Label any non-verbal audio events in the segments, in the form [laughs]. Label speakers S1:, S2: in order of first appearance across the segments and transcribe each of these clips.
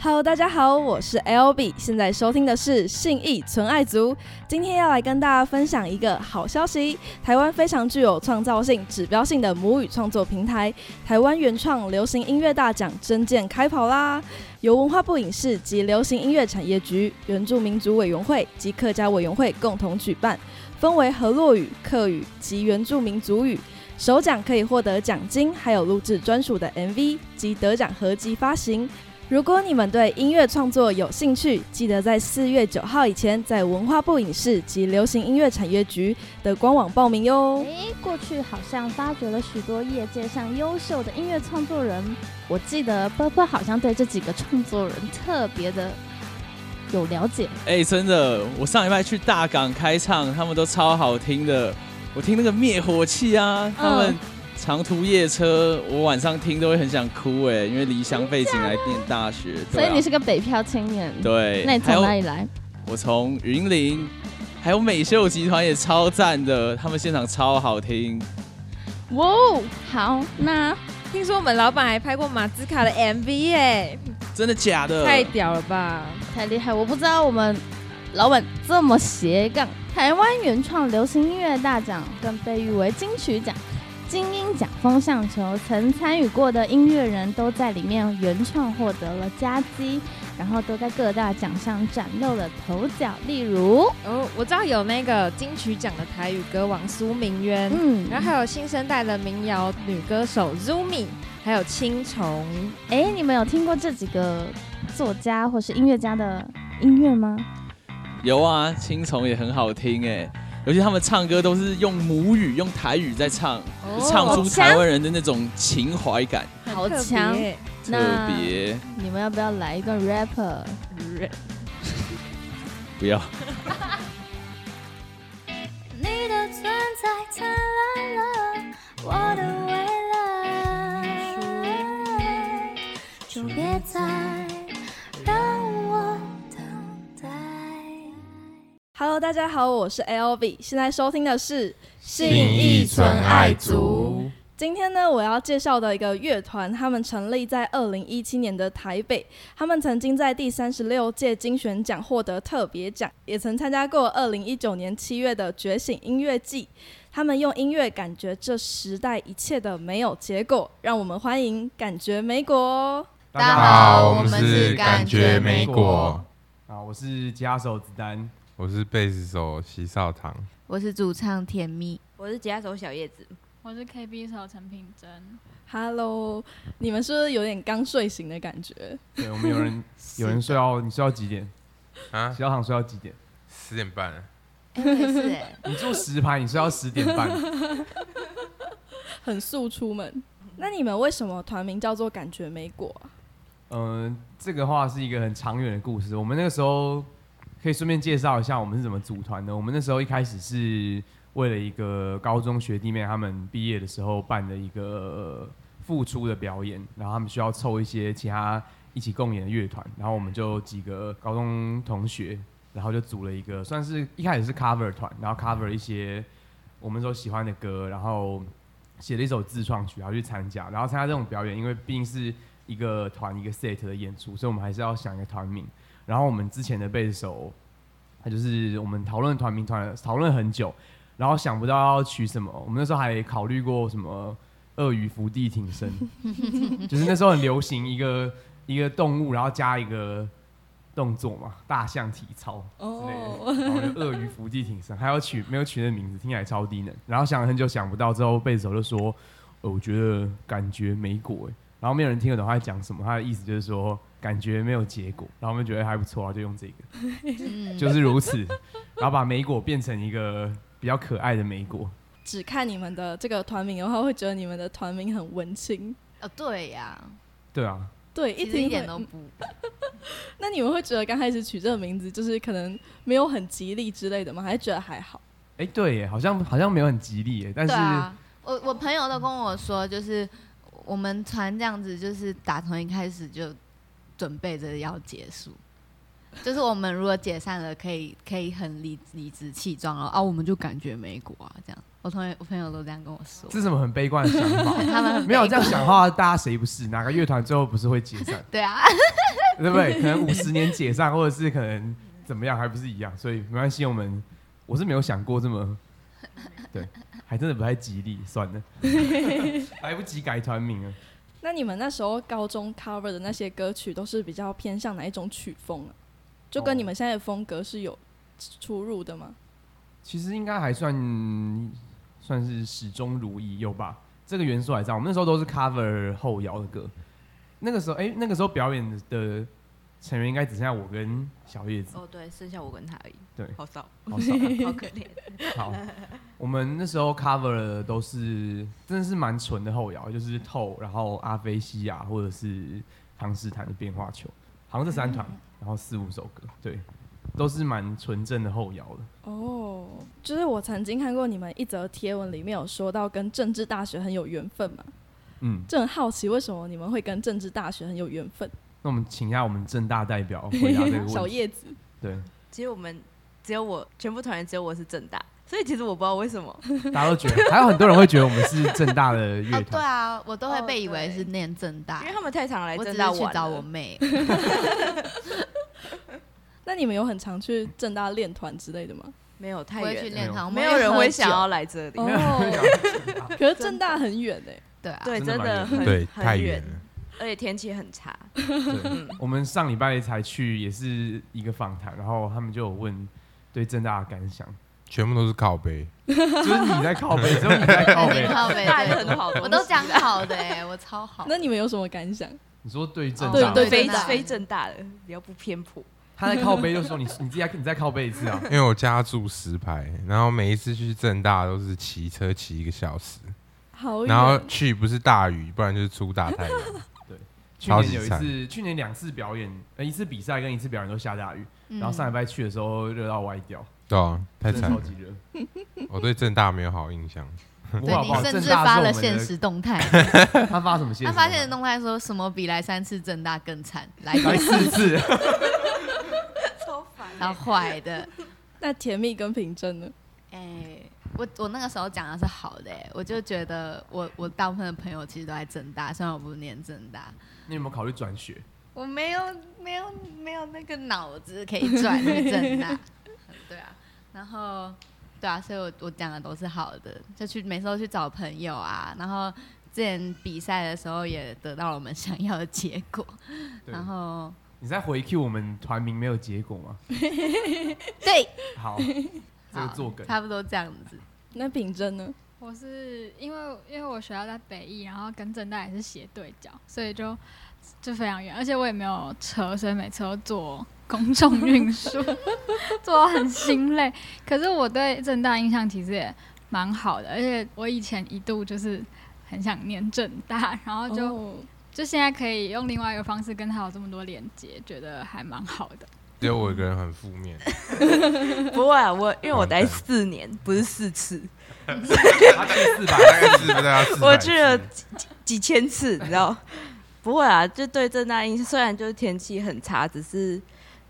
S1: Hello，大家好，我是 L B，现在收听的是信义纯爱族。今天要来跟大家分享一个好消息：台湾非常具有创造性、指标性的母语创作平台——台湾原创流行音乐大奖真件开跑啦！由文化部影视及流行音乐产业局、原住民族委员会及客家委员会共同举办，分为河洛语、客语及原住民族语。首奖可以获得奖金，还有录制专属的 MV 及得奖合集发行。如果你们对音乐创作有兴趣，记得在四月九号以前，在文化部影视及流行音乐产业局的官网报名哟。
S2: 诶，过去好像发掘了许多业界上优秀的音乐创作人，我记得波波好像对这几个创作人特别的有了解。
S3: 哎、真的，我上礼拜去大港开唱，他们都超好听的。我听那个灭火器
S2: 嗯
S3: 啊，他们长途夜车，我晚上听都会很想哭哎，因为离乡背景来念大学，
S2: 所以你是
S3: 是
S2: 个北漂青年，
S3: 对，
S2: 那你
S3: 还
S2: 从
S3: 有
S2: 哪里来？
S3: 我从云林，还有美秀集团也超赞的，他们现场超好听。
S2: 哇，哦，好，那
S4: 听说我们老板还拍过马兹卡的 MV 耶，
S3: 真的假
S1: 呃
S3: 的？
S4: 太屌了吧！
S2: 太厉害！我不知道我们老板这么斜杠。台湾原创流行音乐大奖更被誉为金曲奖、金鹰奖风向球，曾参与过的音乐人都在里面原创获得了佳绩，然后都在各大奖项崭露了头角。例如，
S4: 哦，我知道有那个金曲奖的台语歌王苏明渊，
S2: 嗯，
S4: 然后还有新生代的民谣女歌手 Zumi，还有青虫。
S2: 哎，你们有听过这几个作家或是音乐家的音乐吗？
S3: 有啊，青虫也很好听哎，尤其他们唱歌都是用母语、用台语在唱，
S2: 哦
S3: 就唱
S5: 哦
S3: 出台湾人的那种情怀感，
S2: 好强！
S3: 特别。
S2: 你们要不要来一段 rapper？
S3: 不要。
S6: 你的存在灿烂了我的未来，就别再让我等待。
S1: Hello，大家好，我是 L B，现在收听的是信
S7: 义纯爱族。
S1: 今天呢，我要介绍的一个乐团，他们成立在二零一七年的台北，他们曾经在第三十六届金选奖获得特别奖，也曾参加过二零一九年七月的觉醒音乐季。他们用音乐感觉这时代一切的没有结果，让我们欢迎感觉美国。
S7: 大家好，我们是感觉美果，
S8: 啊，我是吉他手子丹。
S7: 我是贝斯手席少堂。
S5: 我是主唱甜蜜，
S9: 我是吉他手小叶子，
S10: 我是 KB 手陈品珍，
S1: Hello，你们是不是有点刚睡醒的感觉？
S8: 对，我们
S7: [laughs]
S8: 有人有人睡到你睡到几点？
S7: 啊，
S8: 小躺睡到几点？
S7: 十点半了，
S5: 哎、我也是
S8: [laughs]
S5: 哎、
S8: 你做十排，你睡到十点半。
S1: 很速出门。那你们为什么团名叫做感觉美果啊、
S8: 嗯，这个话是一个很长远的故事。我们那个时候可以顺便介绍一下我们是怎么组团的。我们那时候一开始是为了一个高中学弟妹他们毕业的时候办的一个付出的表演，然后他们需要凑一些其他一起共演的乐团，然后我们就几个高中同学，然后就组了一个算是一开始是 cover 团，然后 cover 一些我们所喜欢的歌，然后写了一首自创曲，然后去参加，然后参加这种表演，因为毕竟是一个团一个 set 的演出，所以我们还是要想一个团名。然后我们之前的贝斯手，他就是我们讨论团名团讨论很久，然后想不到要取什么。我们那时候还考虑过什么鳄鱼伏地挺身，就是那时候很流行一个一个动物，然后加一个动作嘛，大象体操之类的，然后就鳄鱼伏地挺身，还要取没有取的名字，听起来超低能。然后想了很久想不到，之后贝斯手就说：“呃，我觉得感觉没果、欸。”然后没有人听得懂他在讲什么，他的意思就是说感觉没有结果，然后我们觉得还不错啊，就用这个，
S5: 嗯
S8: 就是如此，然后把梅果变成一个比较可爱的梅果，
S1: 只看你们的这个团名的话，会觉得你们的团名很文青。
S5: 哦，对呀、
S8: 对啊，
S1: 对，
S5: 其实
S1: 听
S5: 一
S1: 一
S5: 点都不，
S1: 那你们会觉得刚开始取这个名字就是可能没有很吉利之类的吗？还是觉得还好？
S8: 哎，对耶，好像好像没有很吉利耶，但
S5: 对
S8: 哎是、
S5: 啊，我我朋友都跟我说，就是我们船这样子，就是打从一开始就准备着要结束，就是我们如果解散了，可以可以很理理直气壮了啊，我们就感觉美国啊这样，我同学我朋友都这样跟我说
S8: 这，是什么很悲观的想法？
S5: [laughs] 他们很
S8: 没有
S5: 悲
S9: [laughs]
S8: 这样想的话，大家谁不是？哪个乐团最后不是会解散？
S5: 对啊，
S8: 对不对？可能五十年解散，或者是可能怎么样，还不是一样，所以没关系。我们我是没有想过这么，对，还真的不太吉利，算了，来不及改团名了。
S1: 那你们那时候高中 cover 的那些歌曲都是比较偏向哪一种曲风啊？就跟你们现在的风格是有出入的吗？
S8: 其实应该还算算是始终如一有吧，这个元素还在。我们那时候都是 cover 后摇的歌，那个时候哎、那个时候表演的成员应该只剩下我跟小叶子，
S5: 哦，对，剩下我跟他而已。
S8: 对
S5: 好少，
S8: 好少。啊
S9: [laughs]
S5: 好可怜。
S8: 好，我们那时候 cover 的都是真的是蛮纯的后摇，就是透，然后阿菲西亚或者是康斯坦的变化球，好像这三团，然后四五首歌，对，都是蛮纯正的后摇的。
S1: 哦，就是我曾经看过你们一则贴文，里面有说到跟政治大学很有缘分嘛，
S8: 嗯，
S1: 就很好奇为什么你们会跟政治大学很有缘分？
S8: 那我们请一下我们正大代表 [laughs] 回答这个
S1: [laughs] 小
S8: 问题。
S1: 叶子，
S8: 对，
S9: 其实我们只有我全部团员只有我是正大，所以其实我不知道为什么。
S8: 大家都觉得，还有很多人会觉得我们是正大的乐
S5: 哦，对
S8: 团。
S5: 啊，我都会被以为是念正大
S9: 因为，他们太常来
S5: 我只
S9: 正
S5: 是
S9: 大
S5: 去
S9: 玩
S5: 找我
S9: 了，
S5: 妹。
S1: 那你们有很常去正大练团之类的吗？
S9: 没有 [laughs] 太
S5: 不会去
S9: 远了，
S5: 练
S9: [laughs]
S5: 堂，
S9: 没
S5: 我
S9: 有
S5: 们
S9: 人
S5: 喝
S9: 会
S5: 酒
S9: 想要来这里。
S1: 哦， [laughs] 可是正大很远哎、
S5: 对啊，
S9: 对，
S8: 真
S9: 真
S8: 的蛮
S9: 的很
S7: 对，
S9: 很
S7: 太远了。
S9: 而且天气很差。
S8: 对，
S9: 嗯，
S8: 我们上礼拜才去，也是一个访谈，然后他们就有问对正大的感想，
S7: 全部都是靠 [laughs] 背。
S8: 就是你在靠背，只有你在靠背
S5: 很。靠
S9: [laughs]
S5: 北，
S9: 大家
S5: 对
S9: 很好东西，
S5: 我都
S9: [laughs]
S5: 讲好的哎，我超好。
S1: 那你们有什么感想？
S8: 你说
S5: 啊
S8: 对于正
S1: 对
S8: 大吗，
S1: 对
S9: 非
S1: 正大
S9: 非正大的，比较不偏颇。
S8: 他在靠背就说你 [laughs] 你自己你再靠背一次啊，
S7: 因为我家住石牌，然后每一次去正大都是骑车骑一个小时，
S1: 好远，
S7: 然后去不是大雨，不然就是出大太阳。 [laughs]
S8: 去年有
S7: 超
S8: 一
S7: 级惨
S8: 次，去年两次表演，呃，一次比赛跟一次表演都下大雨，
S5: 嗯
S8: 然后上礼拜去的时候热到歪掉，
S7: 对啊，太
S8: 真的
S7: 惨
S8: 超
S7: 了。
S8: 级热。
S7: 我对正大没有好印象。
S8: 不会
S5: 对
S8: 好不好
S5: 你甚
S8: 正
S5: 至
S8: 大是
S5: 发
S8: 我
S5: 了
S8: 们的
S5: 现实，
S8: [laughs]
S5: 动态，
S8: 他发什么现
S5: 他
S8: 实？
S5: 发现实动态说什么比来三次正大更惨，来
S8: [laughs] 来
S5: 一
S8: 四
S5: 次
S8: 次，
S9: 超烦
S5: 然后坏的。
S1: 那甜蜜跟平真呢？
S5: 哎、我我那个时候讲的是好的、哎，我就觉得我我大部分的朋友其实都在正大，虽然我不念正大，
S8: 你有没有考虑转学？
S5: 我没有没有没有那个脑子可以 [laughs] 转去正大，对啊，然后对啊，所以我我讲的都是好的，就去每次都去找朋友啊，然后之前比赛的时候也得到了我们想要的结果，
S8: [laughs] 对
S5: 然后
S8: 你在回 Q 我们团名没有结果吗？
S5: [laughs] 对，
S8: 好，这个
S5: 好
S8: 作梗
S5: 差不多这样子，
S1: 那平真呢？
S10: 我是因为因为我学校在北艺，然后跟正大也是斜对角，所以就就非常远，而且我也没有车，所以每次都坐公众运输， [laughs] 坐到很心累。可是我对正大印象其实也蛮好的，而且我以前一度就是很想念正大，然后就、
S1: 哦
S10: 就现在可以用另外一个方式跟他有这么多连接，觉得还蛮好的。
S7: 只有我一个人很负 [laughs] 面，
S9: 不会啊，我因为我待四年，不是四次，
S8: 他去四百，
S7: 大概是不是要四
S9: 我
S7: 百
S9: 去了
S7: 次
S9: 几几几千 [laughs] 次，你知道？不会啊，就对正大音，虽然就是天气很差，只是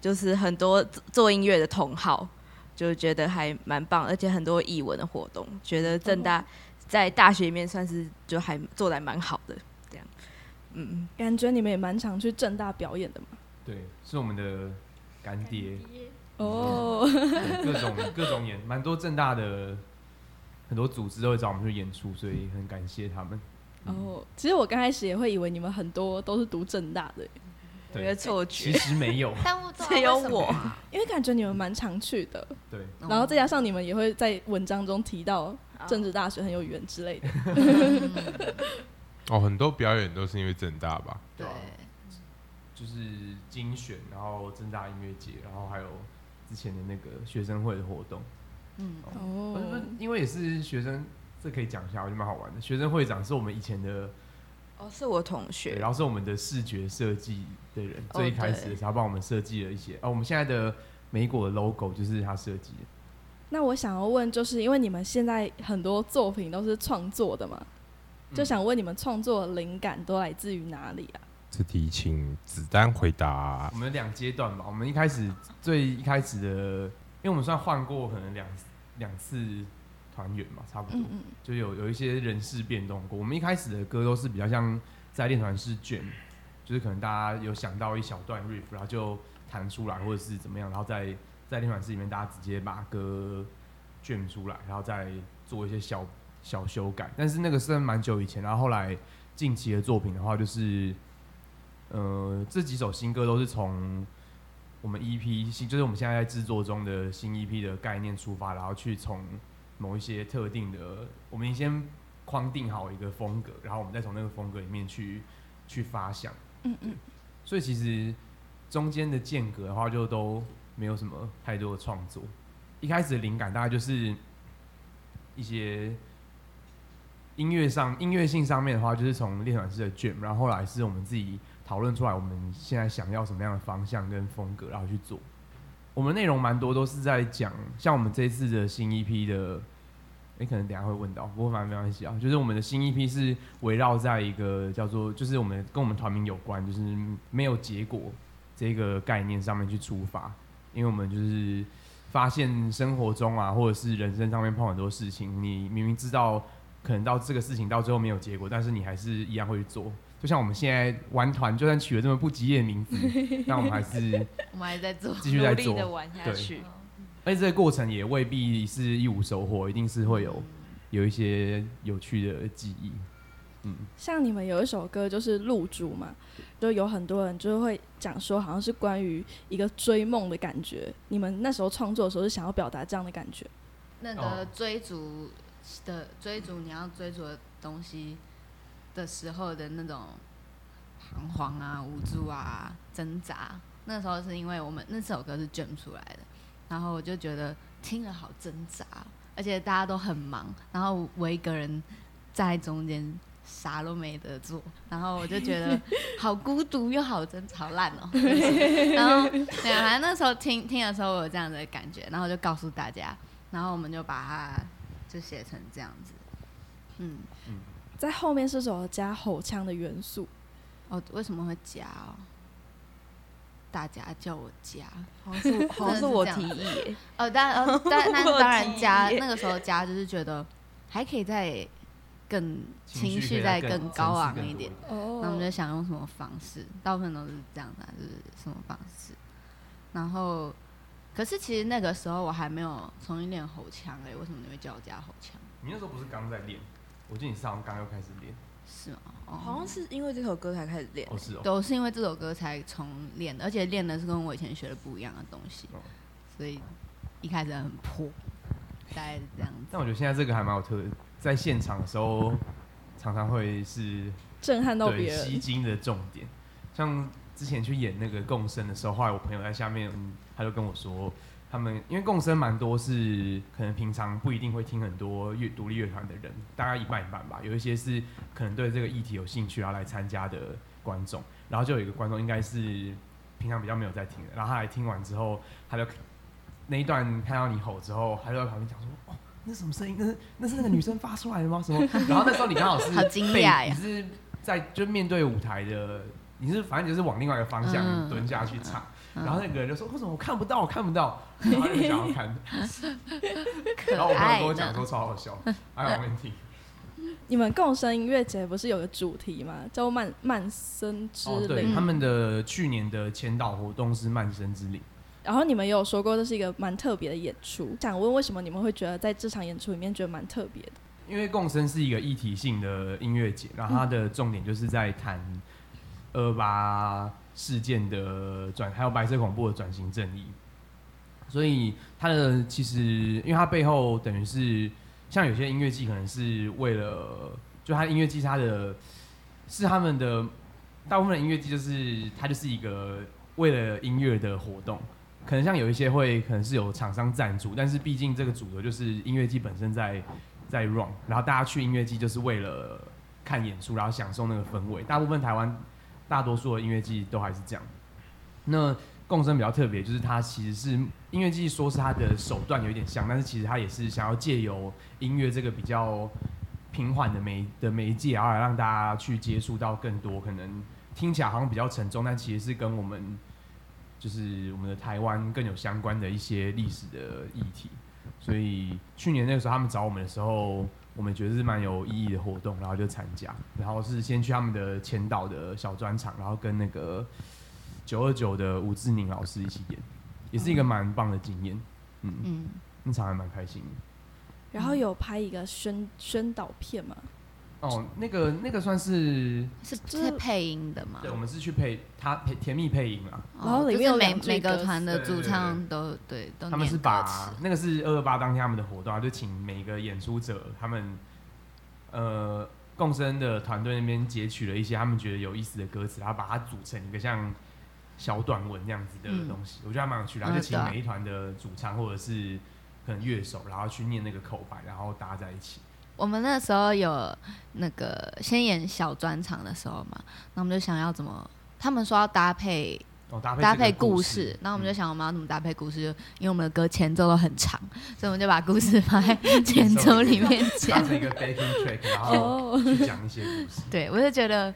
S9: 就是很多做做音乐的同好就觉得还蛮棒，而且很多艺文的活动，觉得正大在大学里面算是就还做的还蛮好的，这样，嗯，
S1: 感觉你们也蛮常去正大表演的嘛。
S8: 对，是我们的干爹，[laughs]
S1: 哦，
S8: 对各种各种演，蛮多正大的很多组织都会找我们去演出，所以很感谢他们。
S1: 哦，其实我刚开始也会以为你们很多都是读正大的，
S9: 有个
S8: 对，
S9: 错
S8: 其
S9: 觉，
S8: 实没有，
S5: 但我
S9: 只有我，
S1: 因为感觉你们蛮常去的，
S8: 对，
S5: 嗯
S1: 然后再
S5: [laughs]
S1: 加上你们也会在文章中提到政治大学很有缘之类的。
S7: 哦，很多表演都是因为正大吧？
S8: 对啊就是精选，然后正大音乐节，然后还有之前的那个学生会的活动，
S5: 嗯，
S8: 不是不是
S1: 哦，
S8: 因为也是学生，这可以讲一下，我觉得蛮好玩的。学生会长是我们以前的，
S9: 哦，是我同
S8: 对
S9: 学
S8: 然，后是我们的视觉设计的人，
S9: 哦
S8: 最一开始的时候他帮我们设计了一些，哦，我们现在的美国的 logo 就是他设计的。
S1: 那我想要问，就是因为你们现在很多作品都是创作的嘛，就想问你们创作的灵感都来自于哪里啊？
S7: 这题请子丹回答
S8: 我。们有两阶段吧，我们一开始最一开始的，因为我们算换过可能两两次团员嘛，差不多，
S1: 嗯嗯，
S8: 就有有一些人事变动过。我们一开始的歌都是比较像在练团是卷就是可能大家有想到一小段 riff，然后就弹出来，或者是怎么样，然后在在练团室里面大家直接把歌卷出来，然后再做一些小小修改。但是那个是蛮久以前，然后后来近期的作品的话，就是呃这几首新歌都是从我们 EP 新，就是我们现在在制作中的新 EP 的概念出发，然后去从某一些特定的，我们先框定好一个风格，然后我们再从那个风格里面去去发想。
S1: 嗯嗯，
S8: 所以其实中间的间隔的话，就都没有什么太多的创作。一开始的灵感大概就是一些音乐上音乐性上面的话，就是从练团式的卷，然后后来是我们自己讨论出来我们现在想要什么样的方向跟风格，然后去做。我们内容蛮多都是在讲，像我们这一次的新一批的，诶，可能等一下会问到，不过反正没关系啊。就是我们的新一批是围绕在一个叫做，就是我们跟我们团名有关，就是没有结果这个概念上面去出发，因为我们就是发现生活中啊，或者是人生上面碰很多事情，你明明知道可能到这个事情到最后没有结果，但是你还是一样会去做。就像我们现在玩团，就算取了这么不吉利的名字，那我们还是
S5: 我们还在做，
S8: 继续在
S9: 努
S8: 做，
S9: 力的玩下
S8: 对
S9: 去。
S8: 而且这个过程也未必是一无收获，一定是会有有一些有趣的记忆。嗯，
S1: 像你们有一首歌就是《露珠》嘛，就有很多人就会讲说，好像是关于一个追梦的感觉。你们那时候创作的时候是想要表达这样的感觉？
S5: 那个追逐的、追逐你要追逐的东西的时候的那种彷徨啊、无助啊、挣扎，那时候是因为我们那首歌是卷出来的，然后我就觉得听了好挣扎，而且大家都很忙，然后我一个人在中间。啥都没得做，然后我就觉得好孤独又好挣扎，好烂哦、然后对啊，反正那时候听听的时候，我有这样的感觉，然后就告诉大家，然后我们就把它就写成这样子。嗯，
S1: 在后面是首加吼腔的元素，
S5: 哦，为什么会加哦？大家叫我加，好 [laughs]
S9: 像是我好像是我提议耶
S5: 哦，当然，哦当那
S9: 我提议
S5: 当然加，
S9: 耶
S5: 那个时候加就是觉得还可以再更
S8: 情绪
S5: 情绪
S8: 可以再
S5: 再
S8: 更
S5: 更高昂一点。
S8: 层
S1: 哦
S5: 那我们就想用什么方式？大部分都是这样的啊、就是什么方式。然后，可是其实那个时候我还没有重新练吼腔哎、为什么你会叫我加吼腔？
S8: 你那时候不是刚在练？我记得你上刚又开始练。
S5: 是吗？哦
S9: 好像是因为这首歌才开始练。
S8: 哦，是哦。
S5: 都是因为这首歌才重练的，而且练的是跟我以前学的不一样的东西，
S8: 哦
S5: 所以一开始很破，大概是这样子。
S8: 但我觉得现在这个还蛮有特，在现场的时候常常会是
S1: 震撼到
S8: 对
S1: 别
S8: 吸
S1: 人。
S8: 睛的重点。像之前去演那个共生的时候，后来我朋友在下面，嗯他就跟我说，他们因为共生蛮多是可能平常不一定会听很多乐独立乐团的人，大概一半一半吧。有一些是可能对这个议题有兴趣，啊然后来参加的观众，然后就有一个观众应该是平常比较没有在听的，然后他来听完之后，他就那一段看到你吼之后，他就在旁边讲说。哦，那什么声音？那是那是那个女生发出来的吗？什么？然后那时候你刚好是 [laughs]
S5: 好惊
S8: 被
S5: 讶呀
S8: 你是在就面对舞台的，你是反正就是往另外一个方向
S5: 嗯
S8: 蹲下去唱，
S5: 嗯
S8: 然后那个人就说：“为什么我看不到？我看不到。”
S5: [laughs]
S8: 然后就想要看，
S5: 可
S8: 然后我朋友
S5: 爱
S8: 跟我讲
S5: 呢
S8: 说超好笑，哎还有问题。
S1: 你们共生音乐节不是有个主题嘛，叫曼曼森之
S8: 哦，对，
S5: 嗯
S1: 灵，
S8: 他们的去年的前导活动是曼生之灵，
S1: 然后你们也有说过这是一个蛮特别的演出，想问为什么你们会觉得在这场演出里面觉得蛮特别的？
S8: 因为共生是一个一体性的音乐节，然后它的重点就是在谈二八事件的转，还有白色恐怖的转型正义。所以它的其实，因为它背后等于是像有些音乐季可能是为了，就它音乐季它的是他们的大部分的音乐季就是它就是一个为了音乐的活动。可能像有一些会，可能是有厂商赞助，但是毕竟这个主流就是音乐季本身在在 run，然后大家去音乐季就是为了看演出，然后享受那个氛围。大部分台湾大多数的音乐季都还是这样。那共生比较特别，就是它其实是音乐季，说是它的手段有点像，但是其实它也是想要借由音乐这个比较平缓的媒的媒介，然后来让大家去接触到更多可能听起来好像比较沉重，但其实是跟我们就是我们的台湾更有相关的一些历史的议题。所以去年那个时候他们找我们的时候，我们觉得是蛮有意义的活动，然后就参加。然后是先去他们的前导的小专场，然后跟那个九二九的吴志宁老师一起演，也是一个蛮棒的经验。嗯嗯，
S5: 嗯，
S8: 那场还蛮开心的。
S1: 然后有拍一个宣宣导片嘛，
S8: 哦，那个那个算是
S5: 是是配音的吗？
S8: 对，我们是去配他配甜蜜配音嘛。
S5: 哦
S1: 然后里面有
S5: 就是每
S1: 两句
S5: 每
S1: 歌
S5: 个
S1: 词
S5: 团的
S8: 对
S5: 主
S8: 对对
S5: 唱都对都
S8: 他们
S5: 念
S8: 是
S5: 歌词
S8: 把那个是二二八当天他们的活动啊，就请每个演出者他们呃共生的团队那边截取了一些他们觉得有意思的歌词，然后把它组成一个像小短文那样子的
S5: 嗯
S8: 东西，我觉得还蛮有趣的。然后
S5: 嗯
S8: 就请
S5: 对啊
S8: 每一团的主唱或者是可能乐手，然后去念那个口白，然后搭在一起。
S5: 我们那时候有那个先演小专场的时候嘛，那我们就想要怎么，他们说要搭配
S8: 哦，搭配
S5: 搭
S8: 搭
S5: 配
S8: 故
S5: 故事，那我们就
S8: 嗯
S5: 想我们要怎么搭配故事，就因为我们的歌前奏都很长，所以我们就把故事
S8: [laughs]
S5: 放在前奏里面
S8: 搭 [laughs]
S5: 讲。
S8: 成一个 backing track，然
S5: [laughs] 哦
S8: 后去讲一些故事。
S5: 对，我就觉得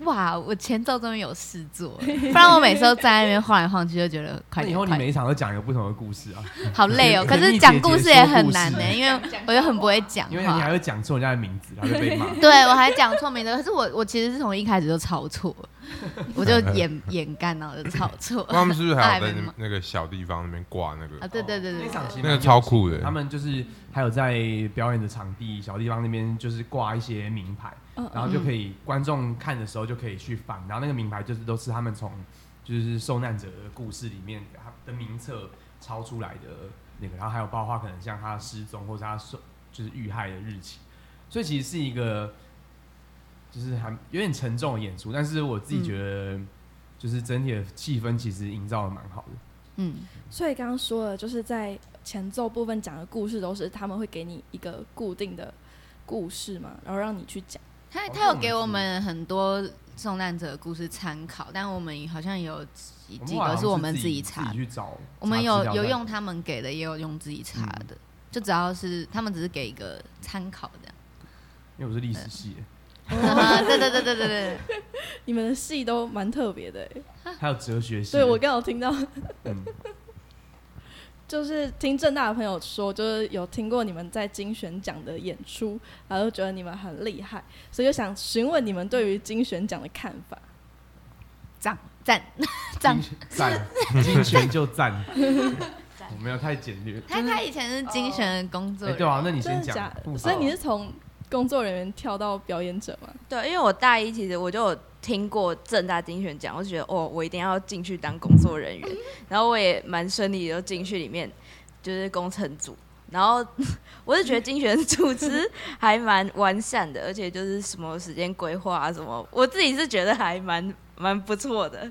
S5: 哇，我前奏终于有事做
S8: [laughs]
S5: 了，不然我每次都站在那边晃来晃去，就觉得
S8: 那
S5: 快
S8: 以
S5: 点
S8: 后你
S5: 快点，
S8: 每一场都讲一个不同的故事
S5: [laughs]
S8: 啊，
S5: 好累哦。可
S8: 你
S5: 是
S8: 你
S5: 讲
S8: 姐姐
S5: 故事
S8: 说
S5: 也
S8: 故
S5: 很
S8: 事
S5: 难呢、因为我又很不会讲啊
S8: 因为你
S5: 话
S8: 还。会讲错人家的名字，然后就被骂。
S5: 对，我还讲错名字，可是我我其实是从一开始就抄错，我就
S8: [laughs]
S5: 掩掩干，然后就抄错。
S7: 他们是不是还有在
S5: 爱被
S7: 那
S5: 骂
S7: 那个小地方那边挂那
S5: 啊，
S7: 个？
S5: [laughs] 对对对对
S8: 那场
S5: 对，
S8: 其实
S7: 那个超酷的
S8: 他们就是还有在表演的场地小地方那边，就是挂一些名牌，
S1: 嗯
S8: 然后就可以观众看的时候就可以去翻，然后那个名牌就是都是他们从就是受难者的故事里面他的名册抄出来的那个，然后还有包括可能像他失踪或者他受就是遇害的日期，所以其实是一个就是还有点沉重的演出，但是我自己觉得就是整体的气氛其实营造的蛮好的。
S5: 嗯，
S1: 所以刚刚说了，就是在前奏部分讲的故事都是他们会给你一个固定的故事嘛，然后让你去讲。
S5: 他
S8: 好
S5: 他有
S8: 像
S5: 给
S8: 是
S5: 我们很多受难者的故事参考，但我们好像有几
S8: 我们
S5: 几
S8: 后来
S5: 个
S8: 好像
S5: 是我们
S8: 自
S5: 自己
S8: 自
S5: 查
S8: 己，去找，
S5: 我们
S8: 查
S5: 有
S8: 资料嗯
S5: 有
S8: 在
S5: 用他们给的，也有用自己查的，就只要是他们只是给一个参考这样。
S8: 因为我是历史系
S5: 嗯
S8: 的，
S5: [laughs] 对对对对对对，
S1: 你们的戏都蛮特别的欸，
S8: 还有哲学系的。
S1: 对我刚好听到，
S8: 嗯，
S1: [laughs] 就是听正大的朋友说，就是有听过你们在金选奖的演出，然后就觉得你们很厉害，所以就想询问你们对于金选奖的看法。
S5: 赞赞赞。
S8: 赞，
S5: [laughs]
S8: 金泉就赞。我没有太简
S5: [laughs]
S8: 略。
S5: 他他以前是精神工作
S8: 哎，
S5: 人
S8: 对啊，那你
S1: 真
S8: 先
S1: 的假
S8: 讲
S1: 的？
S8: 故事。
S1: 所以你是从工作人员跳到表演者吗？
S9: 对，因为我大一其实我就有听过正大精选奖，我就觉得哦，我一定要进去当工作人员，然后我也蛮顺利的就进去里面，就是工程组。然后 [laughs] 我是觉得精选组织还蛮完善的，而且就是什么时间规划啊什么，我自己是觉得还蛮蛮不错的。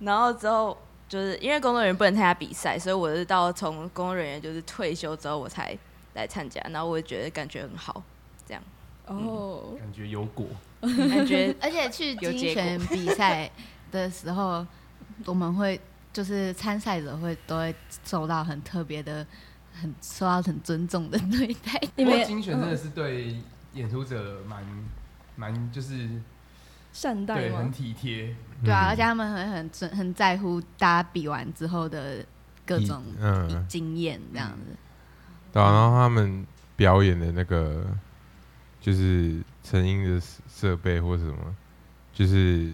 S9: 然后之后就是因为工作人员不能参加比赛，所以我是到从工作人员就是退休之后我才来参加，然后我觉得感觉很好，
S8: 嗯
S1: 哦，
S8: 感觉有果，
S9: 感觉
S5: [laughs] 而且去
S9: 有
S5: 精
S9: 结果
S5: 选比赛的时候，我们会就是参赛者会都会受到很特别的、很受到很尊重的对待。
S8: 因
S1: 你嗯们
S8: 为
S1: 也
S8: 精选真的是对演出者蛮蛮就是
S1: 善待
S8: 对
S1: 吗
S8: 很？体贴，
S7: 嗯
S5: 对啊，而且他们很很尊很在乎大家比完之后的各种
S7: 嗯，
S5: 经验这样子。
S7: 对啊，然后他们表演的那个就是成音的设设备或什么，就是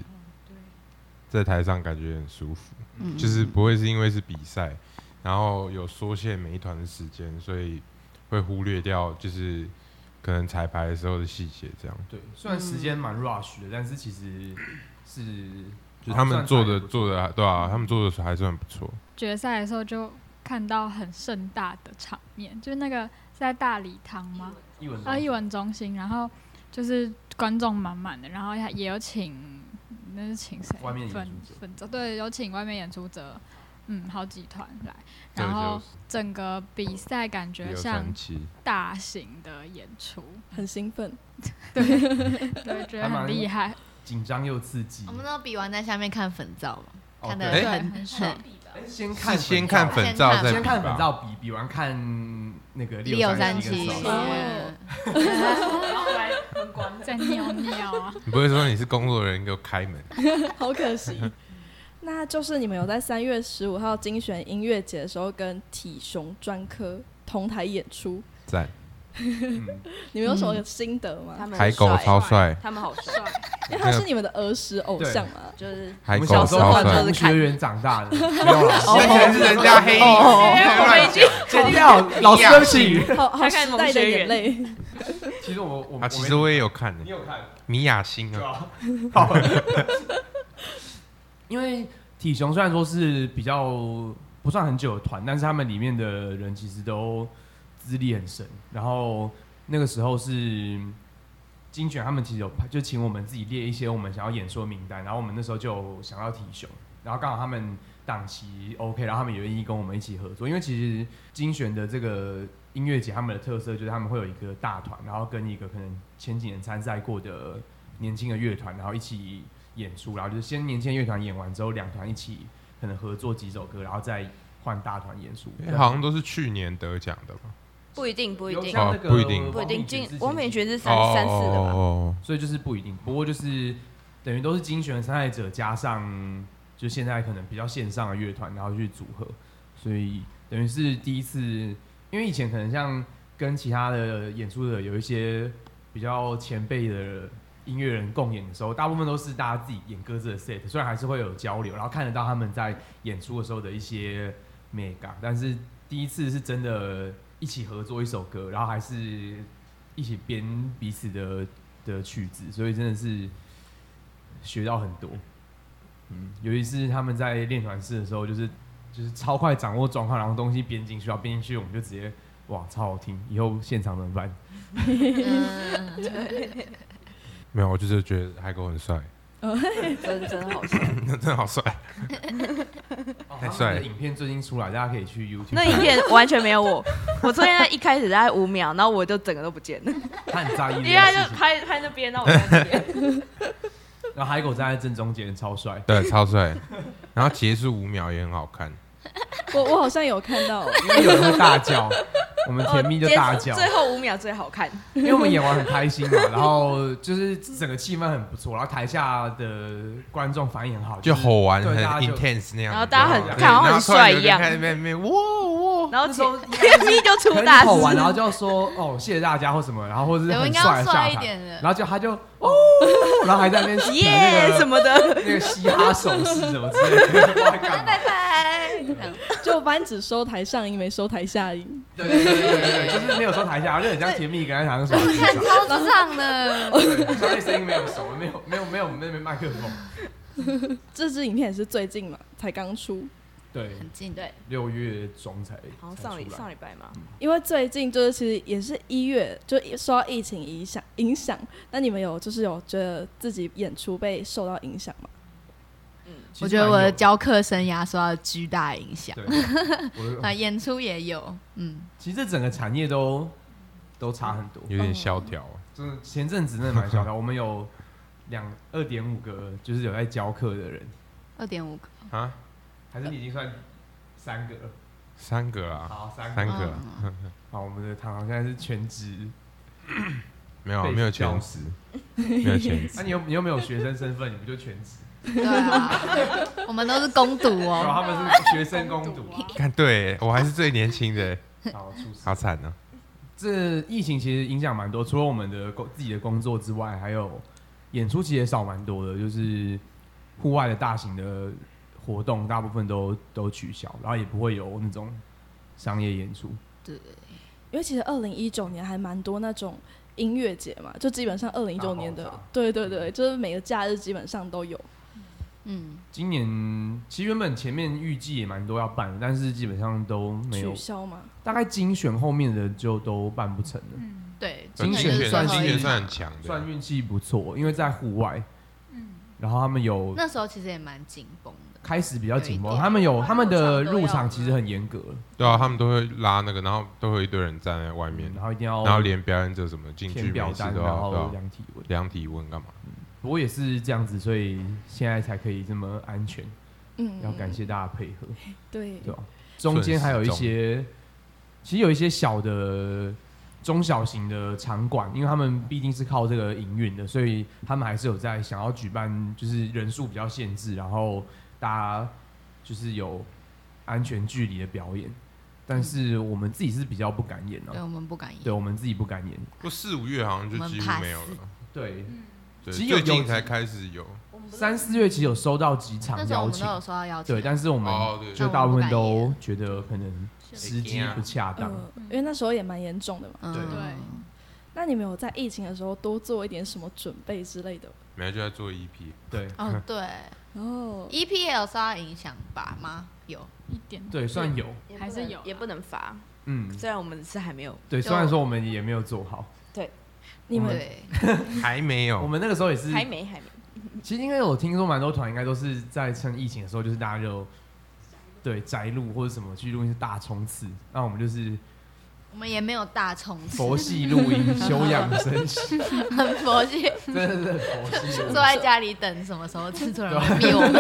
S7: 在台上感觉很舒服，
S5: 嗯，
S7: 就是不会是因为是比赛，然后有缩限每一团的时间，所以会忽略掉就是可能彩排的时候的细节，这样
S8: 对，虽然时
S1: 嗯
S8: 间蛮 rush 的，但是其实是
S7: [clears throat] 就他们做的
S8: 好像算是还不错
S7: 做的还对啊，他们做的还算不错，
S10: 决赛的时候就看到很盛大的场面，就是那个是在大礼堂吗？
S8: 一文
S10: 啊，
S8: 中
S10: 艺文中心，然后就是观众满满的，然后也有请，那是请谁？
S8: 外面演出
S10: 粉
S8: 者
S10: 粉洲对，有请外面演出者，嗯，好几团来，
S7: 这个
S10: 然后
S7: 就是
S10: 整个比赛感觉
S7: 有
S10: 像
S7: 三期，
S10: 大型的演出，
S1: 很兴奋，
S10: 对，觉得
S8: 还蛮
S10: 很厉害，
S8: 紧张又刺激
S5: 我。们都比完在下面看粉照嘛，
S8: 哦
S5: 看的
S7: 对
S10: 对，
S5: 很
S10: 很爽。
S8: 哎先
S7: 是
S8: 看
S7: 先看
S8: 照
S7: 粉照再
S8: 先看粉
S7: 照，
S8: 照比比完看那个
S5: 一六三
S8: 三
S5: 七，
S8: 跟
S1: 哦
S8: 照
S5: 嗯
S10: 在尿尿啊，
S7: 你不会说你是工作人员给我开门，
S1: 好
S8: [laughs]
S1: 可惜。那就是你们有在三月十五号精选音乐节的时候跟体雄专科同台演出，
S7: 赞。
S1: 你们有什么心得吗？
S9: 他们
S7: 海狗超帅，
S9: 他们好帅，
S1: 因为哎他是你们的儿时偶像嘛。
S9: 就是
S7: 海
S8: 我们
S7: 狗
S8: 小时候
S7: 超
S8: 看哦
S7: 帅
S8: 同，学缘长大的， [laughs] 没有啦，那可能是人家黑
S9: 哦哦哦
S8: 乱讲哦剪掉，老师对不 [laughs] 起。
S1: 好好
S9: 他看
S1: 时
S9: 萌
S1: 代的
S9: 学
S1: 眼
S9: 园
S1: 泪，
S8: 其实我我
S7: 啊，其实我也有看
S8: 你
S7: 欸，
S8: 有看
S7: 米雅星
S8: 对
S7: 啊，
S8: 吧？ [laughs] 因为体雄虽然说是比较不算很久的团，但是他们里面的人其实都资历很深。然后那个时候是精选，他们其实有派就请我们自己列一些我们想要演说的名单，然后我们那时候就想要体雄，然后刚好他们档期 OK，然后他们也愿意跟我们一起合作，因为其实精选的这个音乐节，他们的特色就是他们会有一个大团，然后跟一个可能前几年参赛过的年轻的乐团，然后一起演出，然后就是先年轻的乐团演完之后，两团一起可能合作几首歌，然后再换大团演出。
S7: 欸好像都是去年得奖的吧？
S9: 不一定不一定
S7: 像哦不一定
S9: 不一定，今
S8: 我
S9: 王
S8: 每
S9: 敏
S8: 觉
S9: 群
S8: 得，
S9: 是三三四的吧？
S7: 哦，
S8: 所以就是不一定。不过就是等于都是精选参赛者加上就现在可能比较线上的乐团，然后去组合，所以等于是第一次，因为以前可能像跟其他的演出者有一些比较前辈的音乐人共演的时候，大部分都是大家自己演各自的 set，虽然还是会有交流，然后看得到他们在演出的时候的一些美感，但是第一次是真的一起合作一首歌，然后还是一起编彼此的的曲子，所以真的是学到很多。嗯，尤其是他们在练团式的时候，就是就是超快掌握状况，然后东西编进去，然后编进去我们就直接哇，超好听！以后现场怎么办？
S5: 嗯
S7: 没有，我就是觉得海狗很
S8: [laughs]
S7: 帅，
S9: 真的真的好帅。
S7: 真的好帅，太帅了
S8: 他们的影片最近出来，大家可以 [laughs] 去 YouTube。
S9: 那影片完全没有我，我昨天在一开始大概五秒，然后我就整个都不见了，
S8: 他很在
S9: [laughs]
S8: 意这
S9: 因为
S8: 件
S9: 他
S8: 事
S9: 就
S8: 情。
S9: 拍拍那边，然后我在这边。
S8: [laughs] 然后海狗站在正中间，超帅。
S7: 对，超帅。然后结束五秒也很好看，
S1: [laughs] 我我好像有看到，
S8: 因为有人会大叫，我们甜蜜就大
S9: 哦结
S8: 叫
S9: 束。最后五秒最好看，
S8: [laughs] 因为我们演完很开心嘛，然后就是整个气氛很不错，然后台下的观众反应很好，
S7: 就是吼完很
S8: 对大家就
S7: intense 那样子，
S9: 然后大家很
S7: 对
S9: 看好
S7: 然后
S9: 像很
S7: 突然
S9: 帅
S7: 有
S9: 一
S7: 个人
S9: 样，
S7: 看那边那边哇哇，
S9: 然后
S8: 那时候
S9: 甜蜜就出
S8: 可能
S9: 大
S8: 你吼完，
S9: 事。
S8: 然后就要说哦谢谢大家或什么，然后或者是
S5: 对我
S8: 很
S5: 应该
S8: 帅
S5: 要
S8: 的下
S5: 帅一
S8: 台，
S5: 点的
S8: 然。后就他就哦，然后还在
S9: [laughs]
S8: 那边比那
S9: 耶
S8: 个
S9: 什么的，
S8: 那个嘻哈手势什么之类的，不知道在干嘛。
S1: 就班只收台上音，没收台下音。
S8: 对对对对对，就是没有说台下，就很像甜蜜跟在台上说
S9: [laughs]
S5: 看超上的，
S8: 相对声音没有熟，没有没有没有没有麦克风。
S1: 这支影片也是最近嘛，才刚出，
S8: 对，
S5: 很近对，
S8: 六月中才
S9: 好像上
S8: 才
S9: 礼
S8: 出来
S9: 上礼拜嘛，
S1: 因为最近就是其实也是一月，就受到疫情影响影响。那你们有就是有觉得自己演出被受到影响吗？
S5: 我觉得我的
S8: 教
S5: 教课生涯受到巨大影响，
S8: 对，
S5: 啊，
S8: 我
S5: 演出也有，嗯，
S8: 其实这整个产业都都差很多。
S7: 有点萧条。
S8: 真的，前阵子真的蛮萧条。我们有两二点五个，就是有在教课的人，
S5: 二点五个，
S7: 啊，
S8: 还是你已经算三个了？
S7: 三个啊，
S8: 好，三
S7: 三
S8: 个。
S7: 个啊，
S9: 嗯
S8: 好，我们的唐唐现在是全职。
S7: 没有
S8: 被
S7: 哦没有全
S8: 教
S7: 职，没有
S9: [laughs]
S7: 全
S8: 那、
S7: 职，
S8: 你又你又没有学生身份，你不就全职？
S5: 对啊，我们都是攻读
S8: 然
S5: 哦，
S8: 后他们是学生攻读。
S7: 看对我还是最年轻的，
S8: 好，出事。
S7: 好惨啊！
S8: 这疫情其实影响蛮多，除了我们的工自己的工作之外，还有演出其实也少蛮多的，就是户外的大型的活动大部分都都取消，然后也不会有那种商业演出。
S1: 因为其实二零一九年还蛮多那种音乐节嘛，就基本上二零一九年
S8: 大
S1: 的
S8: 爆炸，
S1: 对对对，就是每个假日基本上都有。
S5: 嗯，
S8: 今年其实原本前面预计也蛮多要办的，但是基本上都没有
S1: 取，消嘛，
S8: 大概精选后面的就都办不成了，
S10: 嗯
S5: 对，
S7: 呃
S8: 精
S5: 真的
S8: 选
S5: 就是
S8: 算
S5: 最
S7: 精
S5: 后一
S7: 选
S5: 场
S7: 算很强的
S8: 算，运气不错，因为在户外，
S10: 嗯，
S8: 然后他们有
S5: 那时候其实也蛮紧绷的，
S8: 开始比较紧
S5: 有一
S8: 绷，
S5: 点
S8: 他们有他们的
S5: 入
S8: 入
S5: 场都要
S8: 场其实很严格，
S7: 对啊，他们都会拉那个，然后都会有一堆人站在外面
S8: 嗯，然后一定要
S7: 然后连表演者什么进去
S8: 填表
S7: 每次
S8: 单，
S7: 都
S8: 然
S7: 要都
S8: 后
S7: 要
S8: 量体温。
S7: 量体温干嘛？
S8: 不过也是这样子，所以现在才可以这么安全，
S1: 嗯，
S8: 要感谢大家配合，
S1: 对
S8: 对吧？中间还有一些，其实有一些小的中小型的场馆，因为他们毕竟是靠这个营运的，所以他们还是有在想要举办，就是人数比较限制，然后大家就是有安全距离的表演。但是我们自己是比较不敢演
S7: 嗯
S5: 对，
S8: 哦、
S5: 我们不敢演。
S8: 对我们自己不敢演。
S7: 不四五月好像就几乎没有了，
S8: 对，
S5: 嗯
S7: 对，
S8: 其实有
S7: 最近
S8: 有
S7: 才开始有。
S8: 三四月其实有收到几场
S5: 那时候我
S8: 邀
S5: 们
S8: 请
S5: 都，有收到邀请，啊
S8: 对，但是我们
S7: 哦对
S8: 就大部分都觉得可能时机不恰当。
S1: 嗯，因为那时候也蛮严重的嘛。
S5: 嗯，
S7: 对
S10: 对
S1: 那你们有在疫情的时候多做一点什么准备之类的吗？
S7: 本来就在做 E EP，
S8: [laughs] 对
S5: 哦对
S1: 哦，
S5: ，EP 也有受到影响 E 吧？吗？有，
S10: 一点
S8: 对，算有，
S10: 还是有啦
S9: 也不能罚。
S8: 嗯，
S9: 虽然我们是还没有，
S8: 对，
S5: 就
S8: 虽然说我们也没有做好，
S1: 你们
S5: 对，
S7: 还没
S8: 我
S7: 有。
S8: 们那个时候也是，
S9: 还没还没。
S8: 其实应该有听说蛮多团应该都是在趁疫情的时候，就是大家就对宅录或者什么去录音是大冲刺，那我们就是
S5: 我们也没有大冲刺，
S8: 佛系录音，休养生息，
S5: 很佛系，
S8: 真的是佛系录
S5: 坐
S8: 音。
S5: 在家里等什么时候制作人会灭我们。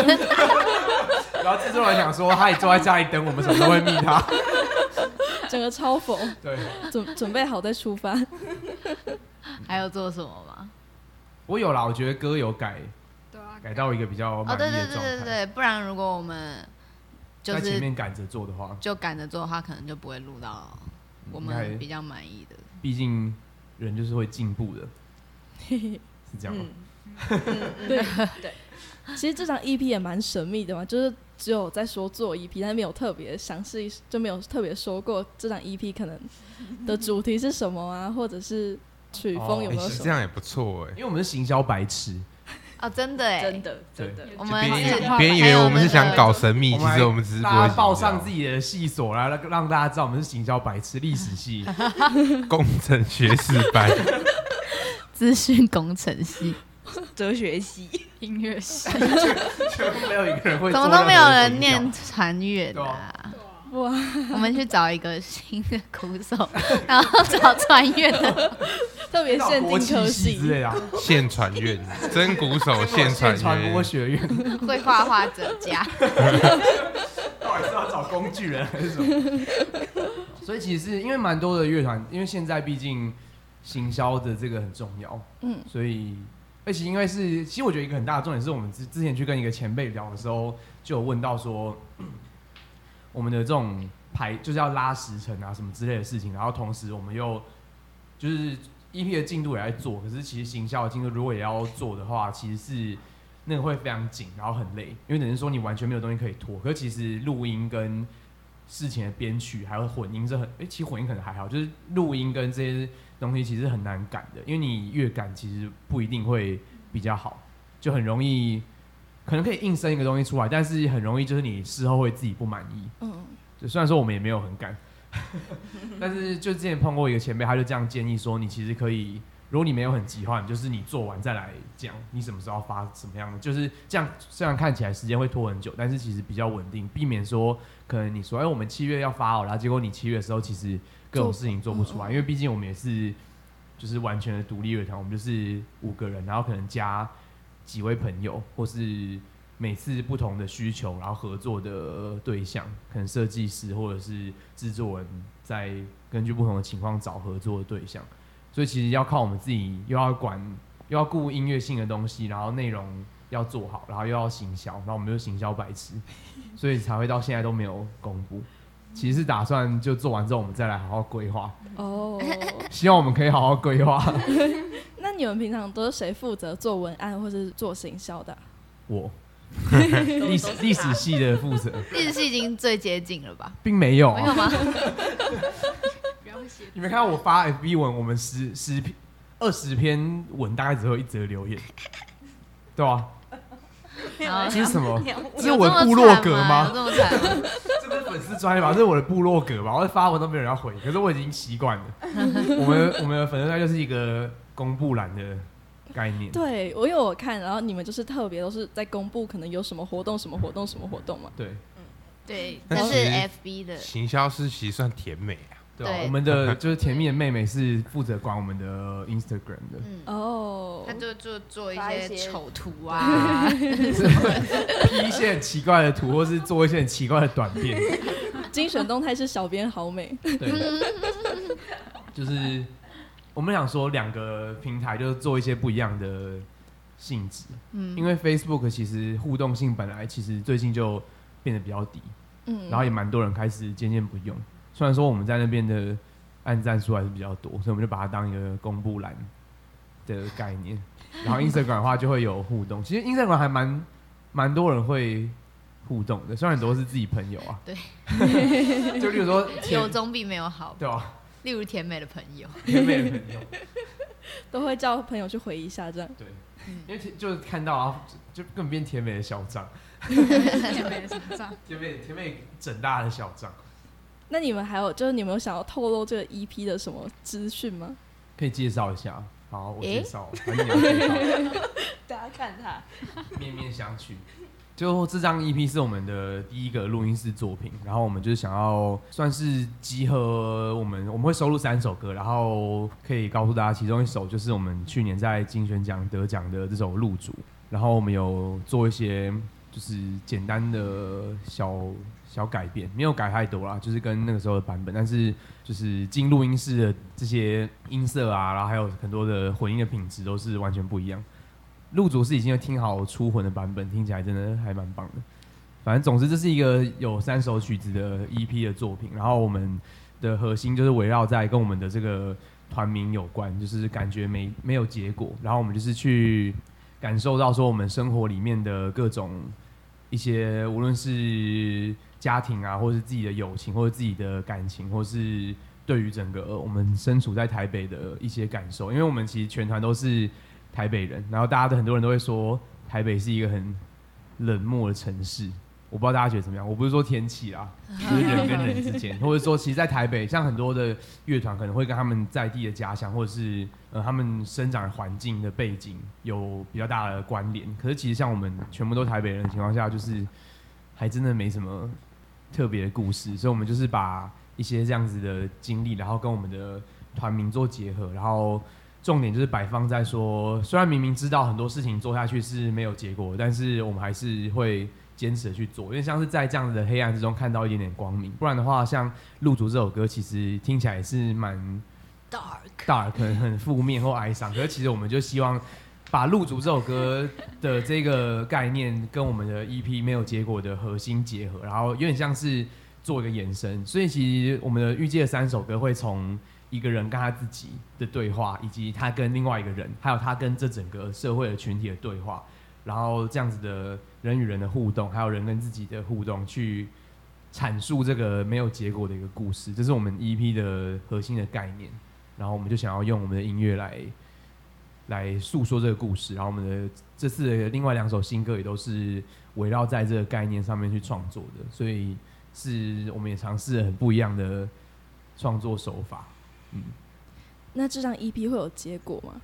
S8: 然后制作人想说，他也坐在家里等我们，什么时候会密他？
S1: [laughs] 整个超否，
S8: 对，
S1: 准准备好再出发。
S5: [laughs]
S1: [laughs]
S5: 还有做什么吗？
S8: 我有啦，我觉得歌有改
S10: 对啊，
S8: 改到一个比较
S5: 哦，
S8: 满意
S5: 对对
S8: 的
S5: 对
S8: 状态。
S5: 对对，不然如果我们就
S8: 在前
S5: 是
S8: 面赶着做的话，
S5: 就赶着做的话，可能就不会录到我
S8: 应
S5: 们
S8: 该
S5: 比较满意的。
S8: 毕竟人就是会进步的，
S5: [laughs]
S1: 嘿嘿
S8: 是这样吗？
S1: 其实这张 EP 也蛮神秘的嘛，就是只有在说做 EP，但是没有特别详细，就没有特别说过这张 EP 可能的主题是什么啊，或者是曲风有
S8: 哦
S1: 没有
S7: 哎，
S1: 什
S7: 这
S1: 么？
S7: 样也不错哎
S8: 因。为我们是行销白痴，
S5: 哦，真的哎，
S9: 真的真的。
S5: 我
S7: 就
S5: 们
S7: 别
S5: 是
S7: 以别以为我们是想搞神秘，其
S8: 还
S7: 实我们只是不
S8: 大
S7: 会
S8: 家报上自
S7: 己
S8: 己的系所啦，让让大家知道我们是行销白痴，历
S7: [laughs]
S8: 史系。
S7: 工程学士
S8: [laughs]
S7: 班。
S5: 资讯工程 [laughs] 系，
S9: [laughs] 哲学系，
S10: 音乐系，
S8: 没有一个人会
S5: 怎
S8: 做
S5: 么都没有
S8: 任何的
S5: 人
S8: 行
S5: 念
S8: 销。
S5: 传乐的、
S8: 对
S5: 啊。
S1: 哇，
S5: 我们去找一个新的鼓手， [laughs] 然后找传乐 [laughs] 的。
S1: 特别限
S8: 国
S1: 定
S8: 际
S1: 科
S8: 系之
S1: 系，
S8: 类的啊，
S7: 现传
S8: [laughs]
S7: 院，真鼓手现传
S8: 传播
S7: 院，
S8: 学院，
S5: [laughs] 会画画者家，
S8: [laughs] 到底是要找工具人还是什么？所以其实是因为蛮多的乐团，因为现在毕竟行销的这个很重要，
S1: 嗯，
S8: 所以而且因为是，其实我觉得一个很大的重点是我们之之前去跟一个前辈聊的时候，就有问到说， [clears throat] 我们的这种排就是要拉时程啊什么之类的事情，然后同时我们又就是 EP 的进度也在做，可是其实行销的进度如果也要做的话，其实是那个会非常紧，然后很累，因为等于说你完全没有东西可以拖。可是其实录音跟事情的编曲还有混音是很，诶，其实混音可能还好，就是录音跟这些东西其实很难赶的，因为你越赶其实不一定会比较好，就很容易可能可以硬生一个东西出来，但是很容易就是你事后会自己不满意。
S1: 嗯，
S8: 就虽然说我们也没有很赶， [laughs] 但是就之前碰过一个前辈，他就这样建议说，你其实可以，如果你没有很急的话，你就是你做完再来讲，你什么时候要发什么样的，就是这样。虽然看起来时间会拖很久，但是其实比较稳定，避免说可能你说，哎、我们七月要发哦，然后结果你七月的时候其实各种事情做不嗯出来，因为毕竟我们也是就是完全的独立乐团，我们就是五个人，然后可能加几位朋友或是每次不同的需求，然后合作的呃对象，可能设计师或者是制作人，在根据不同的情况找合作的对象。所以其实要靠我们自己，又要管，又要顾音乐性的东西，然后内容要做好，然后又要行销，然后我们又行销白痴， [laughs] 所以才会到现在都没有公布。其实是打算就做完之后，我们再来好好规划，
S1: 哦，
S8: 希望我们可以好好规划。
S1: [laughs] 那你们平常都是谁负责做文案或是做行销的啊？
S8: 我历史历史系的负责，
S5: 日系已经最接近了吧？
S8: 并没有、啊，
S5: 没有吗？
S10: 不要写啊
S8: 你们看到我发 FB 文，我们十十篇、二十篇文，大概只会有一则留言，对啊，
S5: 然后
S8: 这是什
S5: [laughs]
S8: 么？这是
S5: 有
S8: 我
S5: 这么
S8: 的部落
S5: 惨
S8: 格
S5: 吗？有
S8: 吗？
S5: 这么 [laughs] 啊惨吗？
S8: 这不是粉丝专业吧？这是我的部落格吧？我发文都没有人要回，可是我已经习惯
S5: [laughs]
S8: 了。我们我们的粉丝专业就是一个公布栏的概念，
S1: 对我有我看，然后你们就是特别都是在公布可能有什么活动、什么活动、什么活动嘛。
S8: 对
S5: 对，
S7: 但
S5: 那是
S7: 其实
S5: FB 的，
S7: 行销师其实算甜美啊，
S8: 对啊
S5: 对
S8: 我们的就是甜蜜的妹妹是负责管我们的 Instagram 的，
S5: 嗯，
S1: 哦
S5: 他，就就做一
S9: 发一
S5: 些
S9: 些
S5: 丑图啊，
S8: P 一些很奇怪的图，或是做一些很奇怪的短片。
S1: 精选动态是小编好 [laughs] 美，
S8: [laughs] 对，就是我们想说两个平台就是做一些不一样的性质，
S5: 嗯，
S8: 因为 Facebook 其实互动性本来其实最近就变得比较低，
S1: 嗯，
S8: 然后也蛮多人开始渐渐不用，虽然说我们在那边的按赞数还是比较多，所以我们就把它当一个公布栏的概念。然后 Instagram 的话就会有互动，其实 Instagram 还蛮蛮多人会互动的，虽然都是自己朋友啊，
S5: 对，
S8: [laughs] 就例如说甜
S5: 有总比没有好，
S8: 对啊，
S5: 例如甜美的朋 [laughs] 友，
S8: [laughs] 甜美的朋友，
S1: 都会叫朋友去回忆一下这样。
S8: 对，因为其就是看到啊，就就更变甜美的小张，
S10: 也没什么账。
S8: 甜美甜美整大的小张，
S1: 那你们还有就是你们有想要透露这个 EP 的什么资讯吗？
S8: 可以介绍一下。啊好，我介
S1: 诶
S8: 绍，反正你要介绍。
S9: 大家看他，
S8: 面面相觑。就这张 EP 是我们的第一个录音室作品，然后我们就是想要算是集合我们我们会收录三首歌，然后可以告诉大家其中一首就是我们去年在金选奖得奖的这首《入主》，然后我们有做一些就是简单的小小改变，没有改太多啦，就是跟那个时候的版本，但是就是进录音室的这些音色啊，然后还有很多的混音的品质都是完全不一样。录主是已经有听好初混的版本，听起来真的还蛮棒的。反正总之，这是一个有三首曲子的 EP 的作品。然后我们的核心就是围绕在跟我们的这个团名有关，就是感觉没没有结果。然后我们就是去感受到说我们生活里面的各种一些，无论是家庭啊，或是自己的友情，或者自己的感情，或是对于整个我们身处在台北的一些感受。因为我们其实全团都是台北人，然后大家的很多人都会说台北是一个很冷漠的城市。我不知道大家觉得怎么样，我不是说天气啦，就是人跟人之间，或者说其实，在台北，像很多的乐团可能会跟他们在地的家乡，或者是呃他们生长的环境的背景有比较大的关联。可是其实像我们全部都台北人的情况下，就是还真的没什么特别的故事，所以我们就是把一些这样子的经历，然后跟我们的团名做结合，然后重点就是摆放在说，虽然明明知道很多事情做下去是没有结果，但是我们还是会坚持的去做，因为像是在这样子的黑暗之中看到一点点光明，不然的话，像《露竹》这首歌，其实听起来也是蛮 dark dark，可能很负面或哀伤，可是其实我们就希望。把《露竹》这首歌的这个概念跟我们的 EP 没有结果的核心结合，然后有点像是做一个延伸。所以其实我们的预计的三首歌会从一个人跟他自己的对话，以及他跟另外一个人，还有他跟这整个社会的群体的对话，然后这样子的人与人的互动，还有人跟自己的互动，去阐述这个没有结果的一个故事，这是我们 EP 的核心的概念。然后我们就想要用我们的音乐来来诉说这个故事。然后我们的这次的另外两首新歌也都是围绕在这个概念上面去创作的，所以是我们也尝试了很不一样的创作手法。
S1: 那这张 EP 会有结果吗？